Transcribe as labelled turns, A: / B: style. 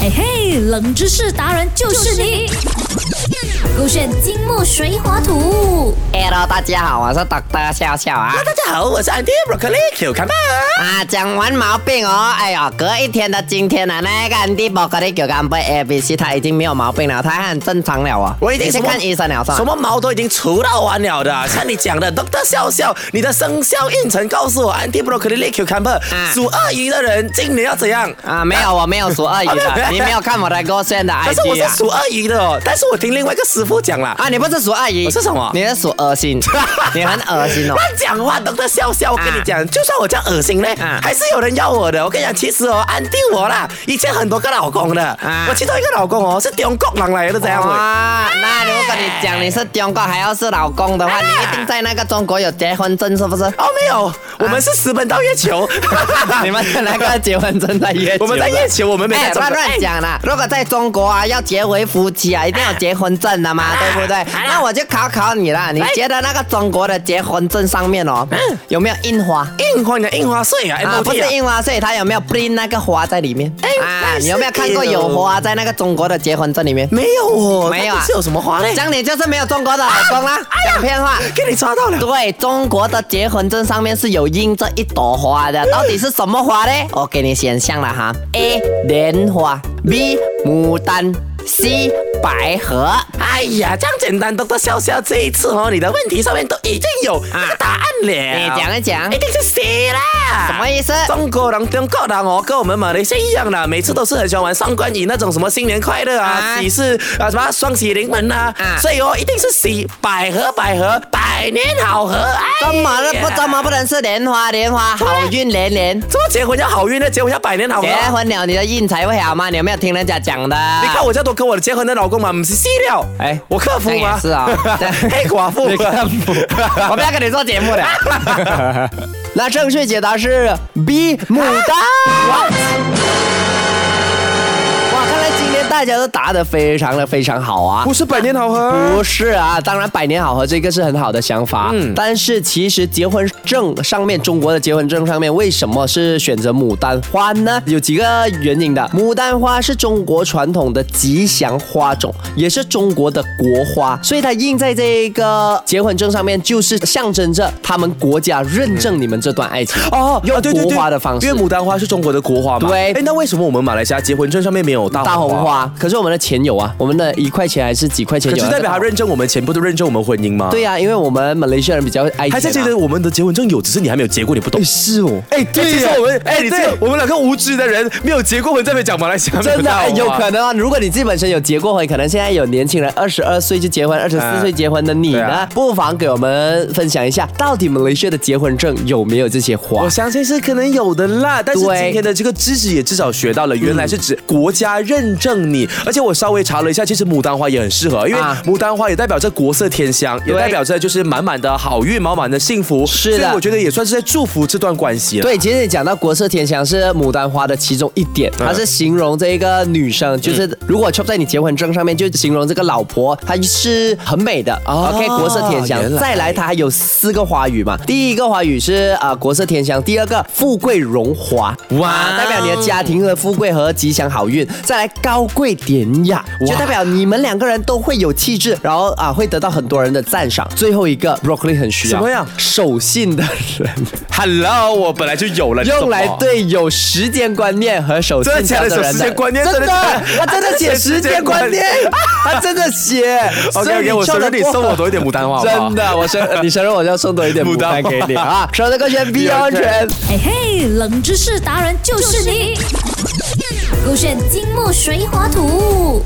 A: 嘿哎嘿，冷知识达人就是你。勾选金木水火土。
B: Hello，大家好，我是 Doctor 笑笑啊。
C: 大家好，我是 Andy Broccoli Q 看吧。
B: 啊，讲完毛病哦，哎呦，隔一天的今天呢、啊，那个 Andy b o g 狗干杯 A B C，他已经没有毛病了，他很正常了哦。
C: 我已经
B: 你去
C: 什么
B: 看医生了是吧
C: 什？么毛都已经除到完了的，像你讲的 Doctor 笑笑，你的生肖运程告诉我，Andy Broccoli Q 看吧
B: 啊，
C: 属鳄鱼的人今年要怎样？
B: 啊，没有，我没有属鳄鱼
C: 啊没
B: 的，
C: 有
B: 你没有看我的勾选的 IG 啊？
C: 可是我是属鳄鱼的哦，但是我听另外一个师傅讲啦，
B: 啊，你不是属鳄鱼，
C: 我是什么
B: 你是属恶 心，你很恶心哦。
C: 乱讲话，Doctor 笑笑，我跟你讲，就算我这样恶心呢
B: 啊，
C: 还是有人要我的。我跟你讲，其实哦，安定我啦，以前很多个老公的
B: 啊，
C: 我其中一个老公哦是中国人来的，这样喂
B: 哇，那如果你讲你是中国还要是老公
C: 啊
B: 的话，你一定在那个中国有结婚证是不是？
C: 哦，没有，我
B: 啊
C: 们是私奔到月球。
B: 你们的那个结婚证在月球
C: 我们在月球，我们没
B: 哎，不
C: 在中
B: 要
C: 国。
B: 乱讲啦！如果在中国啊，要结为夫妻啊，一定要结婚证的嘛，对不对？那我就考考你啦，你觉得那个中国的结婚证上面哦，有没有印花？
C: 印花哎的印花税啊
B: 啊，不是
C: ，MOT 啊。
B: 印花税，它有没有 print 那个花在里面？啊，
C: 那是
B: 你有没有看过有花在那个中国的结婚证里面？
C: 没有哦，
B: 没有啊
C: 它不是有什么花嘞？
B: 这样你就是没有中国的老公啦，讲骗话。
C: 给你抓到 了。
B: 对中国的结婚证上面是有印这一朵花的，到底是什么花呢？ 我给你选项了哈：A. 莲花，B. 牡丹，C. 百合。
C: 哎呀，这样简单，都都笑笑。这一次哦，你的问题上面都已经有那个答案了。
B: 啊你讲一啊讲
C: 一定是 C 啦。
B: 什么意思？
C: 中国人、中国人哦，跟我们马来西亚一样啦，每次都是很喜欢玩双关语那种什么新年快乐
B: 啊
C: 啊、喜事啊、什么双喜临门啊
B: 啊，
C: 所以哦，一定是喜百合百合，百年好合。哎呀
B: 怎么了不怎么不能是莲花？莲花好运连连。
C: 怎么结婚要好运呢？结婚要百年好合。啊
B: 结婚了，你的运才会好吗？你有没有听人家讲的？
C: 你看我这都跟我的结婚的老公嘛，不是细料，
B: 哎
C: 哎，我克夫
B: 那
C: 吗？
B: 也 是啊
C: 黑寡 妇，
B: 你看不 我不要跟你做节目了。 那正确解答是 B 牡丹。啊哇，看来今天大家都答得非常的非常好啊。
C: 是百年好合。
B: 不是啊，当然百年好合这个是很好的想法，
C: 嗯
B: 但是其实结婚证上面，中国的结婚证上面为什么是选择牡丹花呢？有几个原因的。牡丹花是中国传统的吉祥花种，也是中国的国花，所以它印在这个结婚证上面，就是象征着他们国家认证你们这段爱情。
C: 哦，
B: 用
C: 啊对对对
B: 国花的方式
C: 因为牡丹花是中国的国花嘛。
B: 对
C: 哎，那为什么我们马来西亚结婚证上面没有大
B: 大红
C: 红花？
B: 花，可是我们的钱有啊，我们的一块钱还是几块钱
C: 可
B: 有、
C: 是
B: 啊？
C: 代表他认证我们钱，不都认证我们婚姻吗？
B: 对，呀、因为我们马来西亚人比较爱钱、啊。
C: 还是觉得我们的结婚证有，只是你还没有结过，你不懂
B: 哎。是哦，
C: 哎，对其实我们哎，你这
B: 对
C: 我们两个无知的人，没有结过婚，在那边讲马来 西亚没
B: 真的、
C: 大
B: 哎
C: 红花
B: 有可能啊！如果你自己本身有结过婚，可能现在有年轻人二十二岁就结婚，二十四
C: 啊
B: 岁结婚的你呢，
C: 对啊
B: 不妨给我们分享一下，到底马来西亚的结婚证有没有这些花
C: 我？相信是可能有的啦，但是
B: 对
C: 今天的这个知识也至少学到了，原
B: 嗯
C: 来是指国家认证你，而且我稍微查了一下，其实牡丹花也很适合，因为
B: 啊
C: 牡丹花也代表着国色天香，也
B: 对
C: 代表着就是满满的好运，满满的幸福，
B: 是的
C: 所以我觉得也算是在祝福这段关系了。
B: 对，其实你讲到国色天香是牡丹花的其中一点，它是形容这一个女生，
C: 嗯
B: 就是如果 chop 在你结婚证上面，就形容这个老婆她是很美的。
C: 哦
B: OK，国色天香
C: 原。来
B: 再来，它还有四个花语嘛，第一个花语是啊、呃国色天香，第二个富贵荣华，哇、
C: 哇
B: 代表你的家庭和富贵和吉祥好运。再来高贵典雅，就代表你们两个人都会有气质，然后啊、会得到很多人的赞赏。最后一个 broccoli 很需要
C: 什么样
B: 守信的人。
C: Hello，我本来就有了，你懂
B: 用来
C: 吗。
B: 对有时间观念和守信条的人
C: 真的假的有时间观念
B: 真的
C: 真的，
B: 他真的写时间观念，他真的 写。
C: OK
B: 所以
C: OK，
B: 你
C: 我生日
B: 中得
C: 你
B: 过
C: 送我多一点牡丹花好不好
B: 真？的，我生你生日我就要送 多一点牡丹
C: 牡丹花
B: 给你啊！收的歌选 Beyond 全。
A: 嘿哎嘿，冷知识达人就是你。勾选金木水火土。